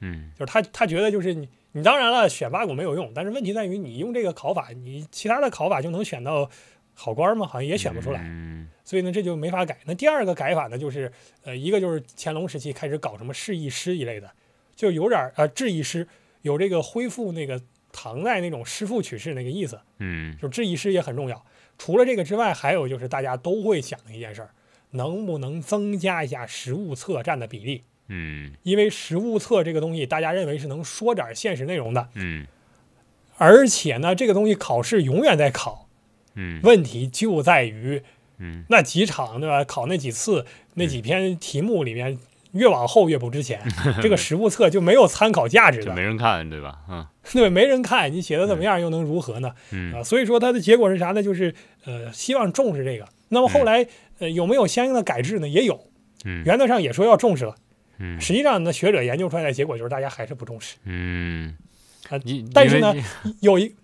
Speaker 1: 嗯
Speaker 2: 就是他他觉得就是你你当然了选八股没有用，但是问题在于你用这个考法，你其他的考法就能选到好官吗？好像也选不出来。
Speaker 1: 嗯
Speaker 2: 所以呢，这就没法改。那第二个改法呢，就是呃，一个就是乾隆时期开始搞什么释义诗一类的，就有点儿呃质义诗，有这个恢复那个唐代那种诗赋取士那个意思，
Speaker 1: 嗯
Speaker 2: 就质义诗也很重要。除了这个之外，还有就是大家都会想的一件事儿，能不能增加一下实物侧占的比例？
Speaker 1: 嗯
Speaker 2: 因为实物册这个东西，大家认为是能说点儿现实内容的，
Speaker 1: 嗯
Speaker 2: 而且呢，这个东西考试永远在考，
Speaker 1: 嗯
Speaker 2: 问题就在于
Speaker 1: 嗯
Speaker 2: 那几场对吧？考那几次那几篇题目里面，越往后越不值钱，这个实物册就没有参考价值
Speaker 1: 就
Speaker 2: 了
Speaker 1: 没，人看对吧？嗯
Speaker 2: 对，没人看你写的怎么样又能如何呢？
Speaker 1: 嗯
Speaker 2: 啊，所以说它的结果是啥呢？就是呃，希望重视这个。那么后来呃有没有相应的改制呢？也有，
Speaker 1: 嗯
Speaker 2: 原则上也说要重视了，
Speaker 1: 嗯
Speaker 2: 实际上呢，学者研究出来的结果就是大家还是不重视。
Speaker 1: 嗯
Speaker 2: 啊，
Speaker 1: 你
Speaker 2: 但
Speaker 1: 因
Speaker 2: 是
Speaker 1: 为
Speaker 2: 呢
Speaker 1: 你
Speaker 2: 有一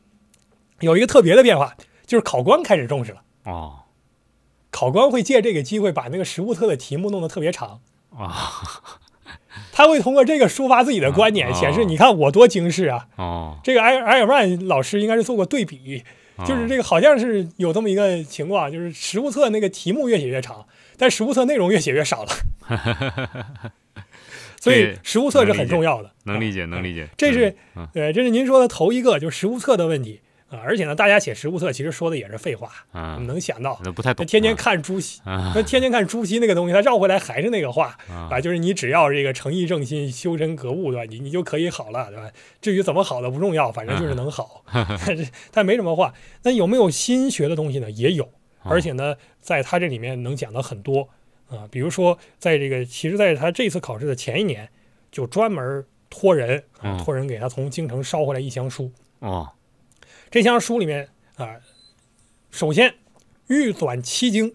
Speaker 2: 有一个特别的变化，就是考官开始重视了，
Speaker 1: 哦
Speaker 2: 考官会借这个机会把那个实物册的题目弄得特别长。哦
Speaker 1: 啊
Speaker 2: 他会通过这个抒发自己的
Speaker 1: 啊
Speaker 2: 观点，
Speaker 1: 哦
Speaker 2: 显示你看我多精视啊！
Speaker 1: 哦，
Speaker 2: 这个埃尔埃尔曼老师应该是做过对比，
Speaker 1: 啊
Speaker 2: 就是
Speaker 1: 哦
Speaker 2: 这个好像是有这么一个情况，就是实物册那个题目越写越长，但实物册内容越写 越少了。所以实物册是很重要的，
Speaker 1: 能理解
Speaker 2: 啊
Speaker 1: 能理解，
Speaker 2: 这是
Speaker 1: 嗯
Speaker 2: 对，这是您说的头一个，就是实物册的问题啊。而且呢，大家写实物册其实说的也是废话，我们
Speaker 1: 嗯，
Speaker 2: 能想到，
Speaker 1: 那不太
Speaker 2: 那
Speaker 1: 懂，
Speaker 2: 天天看朱熹，
Speaker 1: 啊
Speaker 2: 那天天看朱熹那个东西，他绕回来还是那个话
Speaker 1: 啊
Speaker 2: 啊，就是你只要这个诚意正心、修身格物，对吧？你你就可以好了，对吧？至于怎么好的不重要，反正就是能 好，但是但没什么话。那有没有新学的东西呢？也有，
Speaker 1: 啊
Speaker 2: 而且呢，在他这里面能讲到很多啊、比如说在这个，其实在他这次考试的前一年，就专门托人啊
Speaker 1: 嗯，
Speaker 2: 托人给他从京城捎回来一箱书，
Speaker 1: 哦
Speaker 2: 这箱书里面啊、首先预转七经。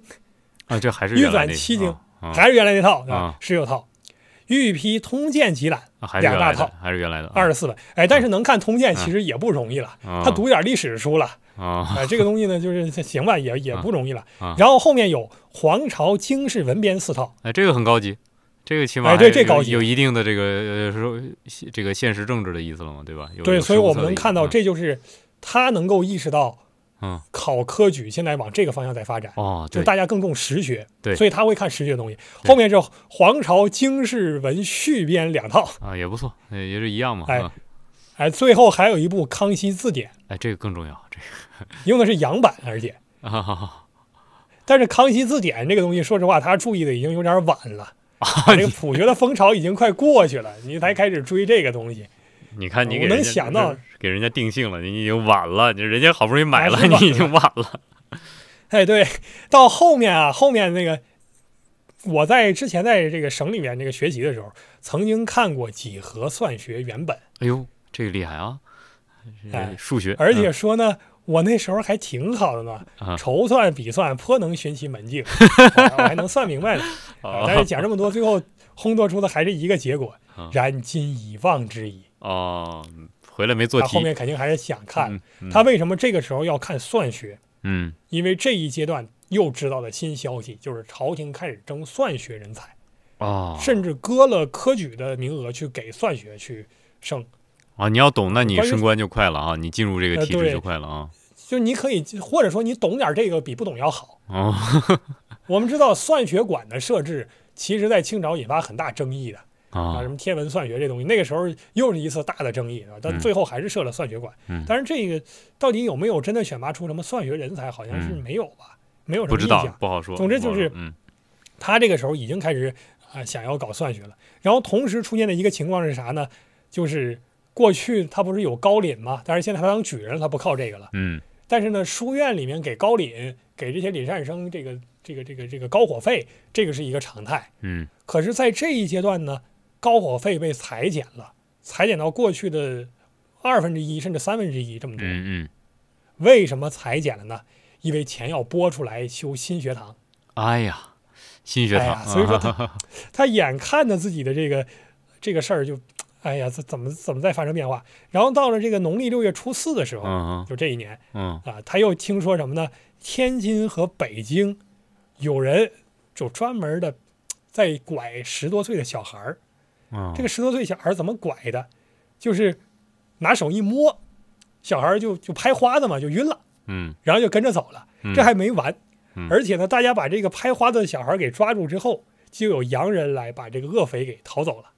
Speaker 1: 啊，这还是
Speaker 2: 预
Speaker 1: 原来
Speaker 2: 转
Speaker 1: 那
Speaker 2: 七
Speaker 1: 啊
Speaker 2: 经
Speaker 1: 啊
Speaker 2: 还是原来那套对吧
Speaker 1: 啊？
Speaker 2: 十九套，御批通鉴集览
Speaker 1: 啊还是原
Speaker 2: 两
Speaker 1: 来
Speaker 2: 大
Speaker 1: 的
Speaker 2: 套
Speaker 1: 还是原来的
Speaker 2: 二十四本，哎，但是能看通鉴
Speaker 1: 啊
Speaker 2: 其实也不容易了，
Speaker 1: 啊
Speaker 2: 他读一点历史书了
Speaker 1: 啊
Speaker 2: 啊，这个东西呢就是行吧，也也不容易了
Speaker 1: 啊。
Speaker 2: 然后后面有黄朝经世文编四套，
Speaker 1: 哎，这个很高级。这个起码
Speaker 2: 哎对
Speaker 1: 还
Speaker 2: 这
Speaker 1: 有
Speaker 2: 高级
Speaker 1: 有一定的这个呃说这个现实政治的意思了嘛，对吧？有嗯
Speaker 2: 对，
Speaker 1: 有
Speaker 2: 所以
Speaker 1: 实物
Speaker 2: 我
Speaker 1: 侧
Speaker 2: 们
Speaker 1: 的
Speaker 2: 能
Speaker 1: 意思
Speaker 2: 看到，
Speaker 1: 嗯
Speaker 2: 这就是他能够意识到
Speaker 1: 嗯，
Speaker 2: 考科举现在往这个方向在发展，
Speaker 1: 哦，
Speaker 2: 就
Speaker 1: 对，
Speaker 2: 大家更重实学，
Speaker 1: 对
Speaker 2: 所以他会看实学的东西。
Speaker 1: 对
Speaker 2: 后面是黄朝经世文续编两套，
Speaker 1: 啊，也不错，呃也是一样嘛。
Speaker 2: 哎
Speaker 1: 嗯
Speaker 2: 哎，最后还有一部《康熙字典
Speaker 1: 哎，这个更重要，这》，
Speaker 2: 用的是洋版，而且，
Speaker 1: 个啊哈哈
Speaker 2: 但是《康熙字典》这个东西，说实话，他注意的已经有点晚了。啊， 这个普学的风潮已经快过去了，你才开始追这个东西。
Speaker 1: 你看你
Speaker 2: 我
Speaker 1: 给
Speaker 2: 能
Speaker 1: 人家
Speaker 2: 想到
Speaker 1: 给人家定性了，你已经晚了，你人家好不容易买
Speaker 2: 啊
Speaker 1: 了，
Speaker 2: 是
Speaker 1: 你已
Speaker 2: 吧
Speaker 1: 经晚了。
Speaker 2: 哎，对，到后面啊，后面那个，我在之前在这个省里面这个学习的时候，曾经看过几何算学原本，
Speaker 1: 哎呦，这个厉害啊！
Speaker 2: 哎
Speaker 1: 这数学，
Speaker 2: 而且说呢，我那时候还挺好的呢，
Speaker 1: 啊
Speaker 2: 筹算笔算颇能寻其门径，啊我还能算明白呢。
Speaker 1: 嗯
Speaker 2: 啊但是讲这么多，最后烘托出的还是一个结果
Speaker 1: 啊，
Speaker 2: 然今已忘之矣。
Speaker 1: 哦，回来没做
Speaker 2: 他
Speaker 1: 题
Speaker 2: 啊后。面肯定还是想看
Speaker 1: 嗯嗯
Speaker 2: 他为什么这个时候要看算学，
Speaker 1: 嗯
Speaker 2: 因为这一阶段又知道了新消息，就是朝廷开始征算学人才。
Speaker 1: 哦，
Speaker 2: 甚至割了科举的名额去给算学去升。
Speaker 1: 啊，你要懂，那你
Speaker 2: 关于
Speaker 1: 升官就快了啊，你进入这个
Speaker 2: 呃
Speaker 1: 体制
Speaker 2: 对
Speaker 1: 就快了啊。
Speaker 2: 就你可以，或者说你懂点这个比不懂要好。
Speaker 1: 哦，
Speaker 2: 我们知道算学馆的设置，其实在清朝引发很大争议的啊，
Speaker 1: 啊
Speaker 2: 什，么天文算学这东西，那个时候又是一次大的争议啊，但
Speaker 1: 嗯
Speaker 2: 最后还是设了算学馆。
Speaker 1: 嗯
Speaker 2: 但是这个到底有没有真的选拔出什么算学人才，好像是
Speaker 1: 嗯
Speaker 2: 没有吧，没有什
Speaker 1: 不
Speaker 2: 么
Speaker 1: 知
Speaker 2: 印
Speaker 1: 道
Speaker 2: 象，。
Speaker 1: 不好说。
Speaker 2: 总之
Speaker 1: 不好
Speaker 2: 就是
Speaker 1: 说嗯
Speaker 2: 他这个时候已经开始啊、呃想要搞算学了。然后同时出现的一个情况是啥呢？就是过去他不是有高廪吗？但是现在他当举人了，他不靠这个了。
Speaker 1: 嗯
Speaker 2: 但是呢，书院里面给高廪给这些廪善生这个这个这个这个高火费，这个是一个常态。
Speaker 1: 嗯
Speaker 2: 可是，在这一阶段呢，高火费被裁减了，裁减到过去的二分之一甚至三分之一这么多。
Speaker 1: 嗯嗯，
Speaker 2: 为什么裁减了呢？因为钱要拨出来修新学堂。
Speaker 1: 哎呀，新学
Speaker 2: 哎
Speaker 1: 堂
Speaker 2: 呀
Speaker 1: 啊，
Speaker 2: 所以 说他他眼看着自己的这个这个事儿就，哎呀，这怎么怎么在发生变化？然后到了这个农历六月初四的时候，
Speaker 1: 嗯
Speaker 2: 就这一年
Speaker 1: 嗯
Speaker 2: 啊，他又听说什么呢？天津和北京有人就专门的在拐十多岁的小孩儿。
Speaker 1: 嗯，
Speaker 2: 这个十多岁小孩儿怎么拐的？就是拿手一摸，小孩儿就就拍花子嘛，就晕了。
Speaker 1: 嗯
Speaker 2: 然后就跟着走了。
Speaker 1: 嗯
Speaker 2: 这还没完，
Speaker 1: 嗯
Speaker 2: 而且呢，大家把这个拍花子的小孩给抓住之后，就有洋人来把这个恶匪给逃走了。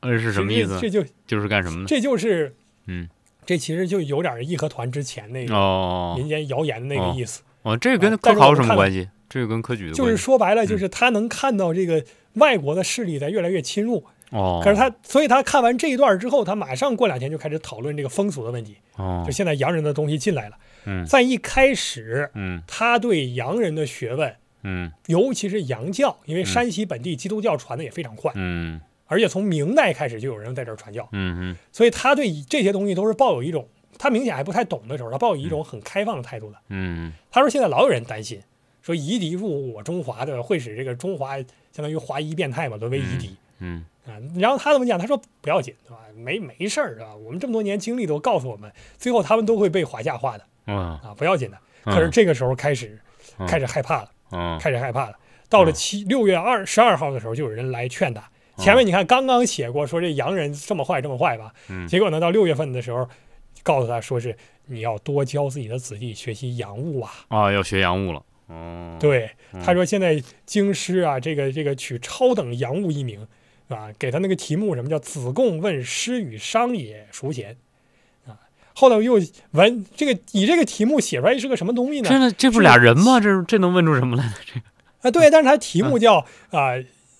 Speaker 1: 呃是什么
Speaker 2: 其实
Speaker 1: 意思？
Speaker 2: 这就
Speaker 1: 就是干什么呢？
Speaker 2: 这就是，
Speaker 1: 嗯，
Speaker 2: 这其实就有点义和团之前那个
Speaker 1: 哦
Speaker 2: 民间谣言的那个意思，
Speaker 1: 哦，这跟
Speaker 2: 啊
Speaker 1: 科
Speaker 2: 但是我
Speaker 1: 考有什
Speaker 2: 们
Speaker 1: 么
Speaker 2: 看
Speaker 1: 关系？这个跟科举的
Speaker 2: 就是
Speaker 1: 关系嗯
Speaker 2: 说白了，就是他能看到这个外国的势力在越来越侵入。
Speaker 1: 哦，
Speaker 2: 可是他，所以他看完这一段之后，他马上过两天就开始讨论这个风俗的问题，
Speaker 1: 哦
Speaker 2: 就，现在洋人的东西进来了。
Speaker 1: 嗯
Speaker 2: 在一开始，
Speaker 1: 嗯
Speaker 2: 他对洋人的学问
Speaker 1: 嗯
Speaker 2: 尤其是洋教，因为山西本地基督教传的也非常快，
Speaker 1: 嗯
Speaker 2: 而且从明代开始就有人在这儿传教，
Speaker 1: 嗯嗯
Speaker 2: 所以他对这些东西都是抱有一种他明显还不太懂的时候，他抱有一种很开放的态度的。
Speaker 1: 嗯，
Speaker 2: 他说现在老有人担心，说夷狄入我中华的会使这个中华相当于华夷变态嘛，沦为夷狄
Speaker 1: 嗯
Speaker 2: 啊。然后他怎么讲？他说不要紧，对吧？没没事儿啊，我们这么多年经历都告诉我们，最后他们都会被华夏化的
Speaker 1: 哇，
Speaker 2: 啊，不要紧的。
Speaker 1: 嗯
Speaker 2: 可是这个时候开始
Speaker 1: 嗯
Speaker 2: 开始害怕了。
Speaker 1: 嗯
Speaker 2: 开始害怕了。到了七六月二十二号的时候，就有人来劝他。前面你看刚刚写过说这洋人这么坏这么坏吧，
Speaker 1: 嗯
Speaker 2: 结果呢到六月份的时候，告诉他说是你要多教自己的子弟学习洋务啊。
Speaker 1: 啊，要学洋务了。哦，
Speaker 2: 对，
Speaker 1: 嗯
Speaker 2: 他说现在京师啊，这个这个取超等洋务一名啊，给他那个题目什么叫“子贡问师与商也孰贤”啊。后头又文这个以这个题目写出来是个什么东西呢？
Speaker 1: 真的，这不俩人吗？这这能问出什么来？
Speaker 2: 啊，
Speaker 1: 嗯
Speaker 2: 对，但是它题目叫啊、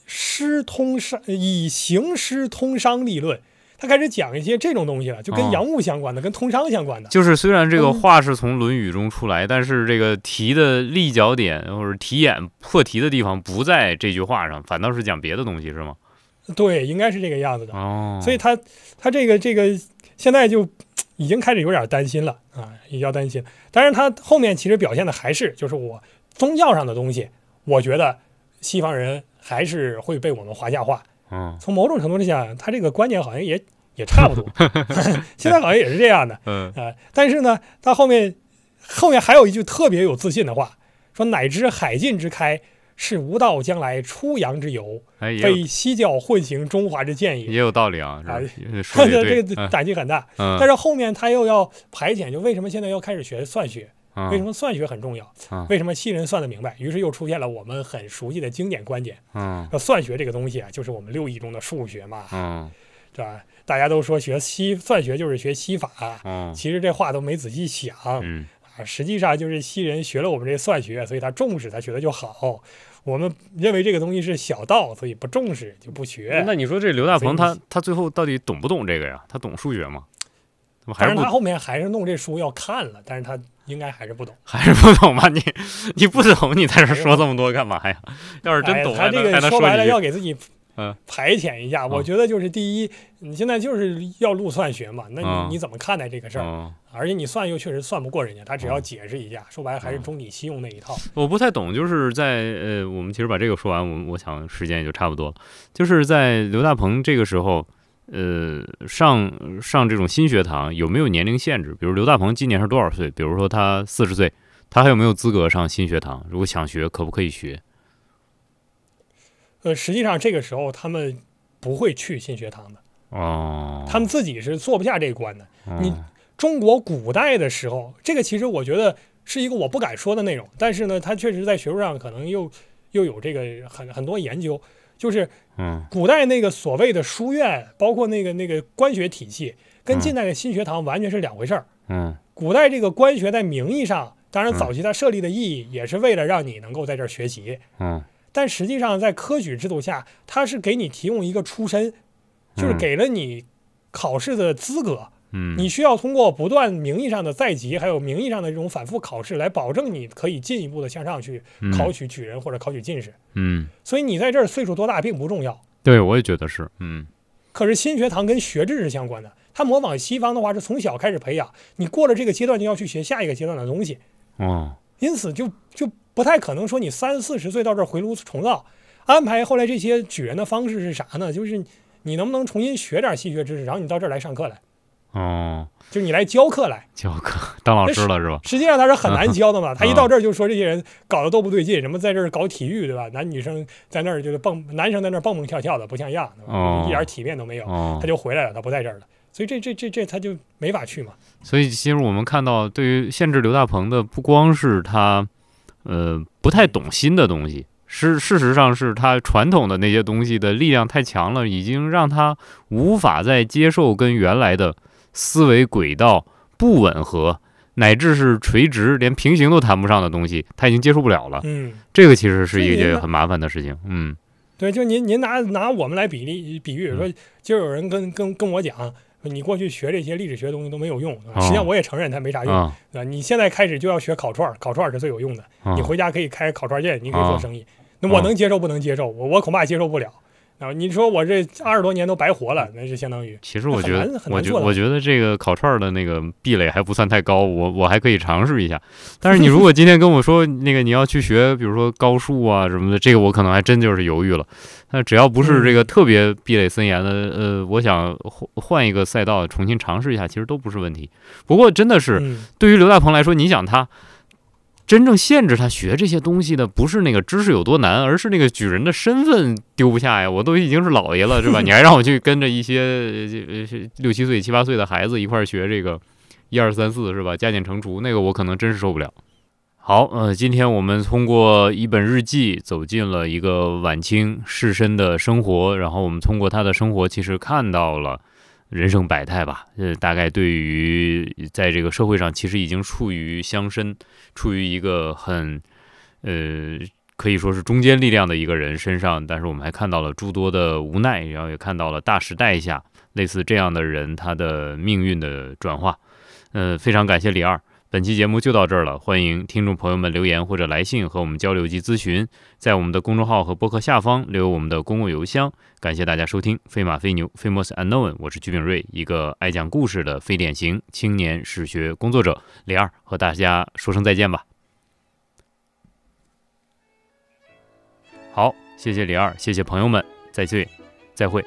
Speaker 2: 师通商以行师通商立论，他开始讲一些这种东西了，就
Speaker 1: 哦
Speaker 2: 跟洋务相关的，跟通商相关的。
Speaker 1: 就是虽然这个
Speaker 2: 嗯
Speaker 1: 话是从《论语》中出来，但是这个题的立脚点或者题眼破题的地方不在这句话上，反倒是讲别的东西，是吗？
Speaker 2: 对，应该是这个样子的。
Speaker 1: 哦，
Speaker 2: 所以他他这个这个现在就已经开始有点担心了啊，也要担心。但是他后面其实表现的还是就是我宗教上的东西，我觉得西方人还是会被我们华夏化。
Speaker 1: 嗯
Speaker 2: 从某种程度上讲，他这个观念好像也也差不 多， 现在好像也是这样的。
Speaker 1: 嗯
Speaker 2: 啊、但是呢，他后面后面还有一句特别有自信的话，说：“乃知海禁之开，是吾道将来出洋之由，
Speaker 1: 哎，也有
Speaker 2: 非西教混行中华之见也。
Speaker 1: 也有道理啊，
Speaker 2: 哎
Speaker 1: 是 吧说的
Speaker 2: 这
Speaker 1: 也
Speaker 2: 个
Speaker 1: 对，嗯
Speaker 2: 胆气很大，但
Speaker 1: 嗯
Speaker 2: 是后面他又要排遣，就为什么现在要开始学算学？
Speaker 1: 嗯，
Speaker 2: 为什么算学很重要
Speaker 1: 嗯？
Speaker 2: 为什么西人算得明白？于是又出现了我们很熟悉的经典观点。
Speaker 1: 嗯
Speaker 2: 那算学这个东西啊，就是我们六艺中的数学嘛，
Speaker 1: 嗯
Speaker 2: 对吧？大家都说学西算学就是学西法，啊
Speaker 1: 嗯
Speaker 2: 其实这话都没仔细想啊。
Speaker 1: 嗯
Speaker 2: 实际上就是西人学了我们这算学，所以他重视，他学的就好。我们认为这个东西是小道，所以不重视就不学。
Speaker 1: 那你说这刘大
Speaker 2: 所
Speaker 1: 鹏
Speaker 2: 以你
Speaker 1: 他他最后到底懂不懂这个呀？他懂数学吗？怎么还
Speaker 2: 但
Speaker 1: 是
Speaker 2: 是
Speaker 1: 不
Speaker 2: 他后面还是弄这书要看了，但是他应该还是不懂。
Speaker 1: 还是不懂吧？你你不懂，你在这说这么多干嘛呀？要是真
Speaker 2: 哎
Speaker 1: 懂，
Speaker 2: 他
Speaker 1: 还
Speaker 2: 这
Speaker 1: 能还
Speaker 2: 个
Speaker 1: 能
Speaker 2: 说白
Speaker 1: 说
Speaker 2: 了
Speaker 1: 一句
Speaker 2: 要给自己
Speaker 1: 嗯
Speaker 2: 排遣一下。我
Speaker 1: 嗯
Speaker 2: 觉得就是第一，你现在就是要录算学嘛，那
Speaker 1: 嗯
Speaker 2: 你你怎么看待这个事儿？
Speaker 1: 嗯，
Speaker 2: 而且你算又确实算不过人家，他只要
Speaker 1: 嗯
Speaker 2: 解释一下，说白了还是
Speaker 1: 嗯
Speaker 2: 中理西用那一套。
Speaker 1: 我不太懂，就是在呃，我们其实把这个说完，我我想时间也就差不多了。就是在刘大鹏这个时候，呃，上上这种新学堂有没有年龄限制？比如刘大鹏今年是多少岁？比如说他四十岁，他还有没有资格上新学堂？如果想学，可不可以学？
Speaker 2: 呃，实际上这个时候他们不会去新学堂的，
Speaker 1: 哦，
Speaker 2: 他们自己是做不下这一关的。
Speaker 1: 哦
Speaker 2: 你中国古代的时候，这个其实我觉得是一个我不敢说的内容，但是呢，它确实在学术上可能又又有这个很很多研究，就是
Speaker 1: 嗯
Speaker 2: 古代那个所谓的书院，包括那个那个官学体系，跟
Speaker 1: 嗯
Speaker 2: 近代的新学堂完全是两回事儿。
Speaker 1: 嗯
Speaker 2: 古代这个官学在名义上，当然
Speaker 1: 嗯
Speaker 2: 早期它设立的意义也是为了让你能够在这儿学习，
Speaker 1: 嗯，
Speaker 2: 但实际上在科举制度下，它是给你提供一个出身，就是
Speaker 1: 嗯
Speaker 2: 给了你考试的资格。
Speaker 1: 嗯
Speaker 2: 你需要通过不断名义上的再级，还有名义上的这种反复考试，来保证你可以进一步的向上去
Speaker 1: 嗯
Speaker 2: 考取举人或者考取进士。
Speaker 1: 嗯，
Speaker 2: 所以你在这儿岁数多大并不重要。
Speaker 1: 对，我也觉得是，嗯
Speaker 2: 可是新学堂跟学制是相关的，它模仿西方的话是从小开始培养，你过了这个阶段就要去学下一个阶段的东西，
Speaker 1: 哦
Speaker 2: 因此就就不太可能说你三四十岁到这儿回炉重造。安排后来这些举人的方式是啥呢？就是你能不能重新学点西学知识，然后你到这儿来上课来，
Speaker 1: 哦，
Speaker 2: 就是你来教课来。
Speaker 1: 教课当老师了是吧？
Speaker 2: 实际上他是很难教的嘛，
Speaker 1: 啊
Speaker 2: 他一到这儿就说这些人搞得都不对劲，什么在这儿搞体育对吧？男女生在那儿就是蹦，男生在那儿蹦蹦跳跳的不像样，对吧
Speaker 1: 哦
Speaker 2: 就是一点体面都没有。
Speaker 1: 哦
Speaker 2: 他，就回来了，他不在这儿了，所以这这这这他就没法去嘛。
Speaker 1: 所以其实我们看到，对于限制刘大鹏的，不光是他，呃，不太懂新的东西，是事实上是他传统的那些东西的力量太强了，已经让他无法再接受跟原来的思维轨道不吻合，乃至是垂直，连平行都谈不上的东西，他已经接受不了了。
Speaker 2: 嗯，
Speaker 1: 这个其实是一
Speaker 2: 所以
Speaker 1: 件
Speaker 2: 呢
Speaker 1: 很麻烦的事情。嗯
Speaker 2: 对，就您您拿拿我们来比例比喻
Speaker 1: 嗯
Speaker 2: 说，就有人跟跟跟我讲，说你过去学这些历史学的东西都没有用，对吧
Speaker 1: 哦
Speaker 2: 实际上我也承认它没啥用。
Speaker 1: 啊
Speaker 2: 对吧你现在开始就要学烤串儿，烤串儿是最有用的，
Speaker 1: 啊
Speaker 2: 你回家可以开烤串儿店，你可以做
Speaker 1: 哦
Speaker 2: 生意。那我
Speaker 1: 哦
Speaker 2: 能接受不能接受？我我恐怕接受不了。啊，你说我这二十多年都白
Speaker 1: 嗯
Speaker 2: 活了，那是相当于
Speaker 1: 其实我
Speaker 2: 很
Speaker 1: 觉得
Speaker 2: 难，很
Speaker 1: 我
Speaker 2: 难
Speaker 1: 觉
Speaker 2: 做到
Speaker 1: 我觉得这个烤串儿的那个壁垒还不算太高，我我还可以尝试一 下。但是你如果今天跟我说那个你要去学，比如说高数啊什么的，这个我可能还真就是犹豫了。那只要不是这个
Speaker 2: 嗯
Speaker 1: 特别壁垒森严的，呃，我想换换一个赛道重新尝试一下，其实都不是问题。不过真的是，
Speaker 2: 嗯
Speaker 1: 对于刘大鹏来说，你想他真正限制他学这些东西的，不是那个知识有多难，而是那个举人的身份丢不下呀。我都已经是老爷了，是吧？你还让我去跟着一些呃呃六七岁、七八岁的孩子一块儿学这个一二三四，是吧？加减乘除，那个我可能真是受不了。好，呃，今天我们通过一本日记走进了一个晚清士绅的生活，然后我们通过他的生活，其实看到了人生百态吧。呃，大概对于在这个社会上，其实已经处于乡绅，处于一个很呃可以说是中间力量的一个人身上，但是我们还看到了诸多的无奈，然后也看到了大时代下类似这样的人他的命运的转化。呃，非常感谢李二。本期节目就到这儿了，欢迎听众朋友们留言或者来信和我们交流及咨询，在我们的公众号和博客下方留有我们的公共邮箱。感谢大家收听《飞马飞牛 Famous Unknown》，我是鞠炳瑞，一个爱讲故事的非典型青年史学工作者李二，和大家说声再见吧。好，谢谢李二，谢谢朋友们，再见，再会。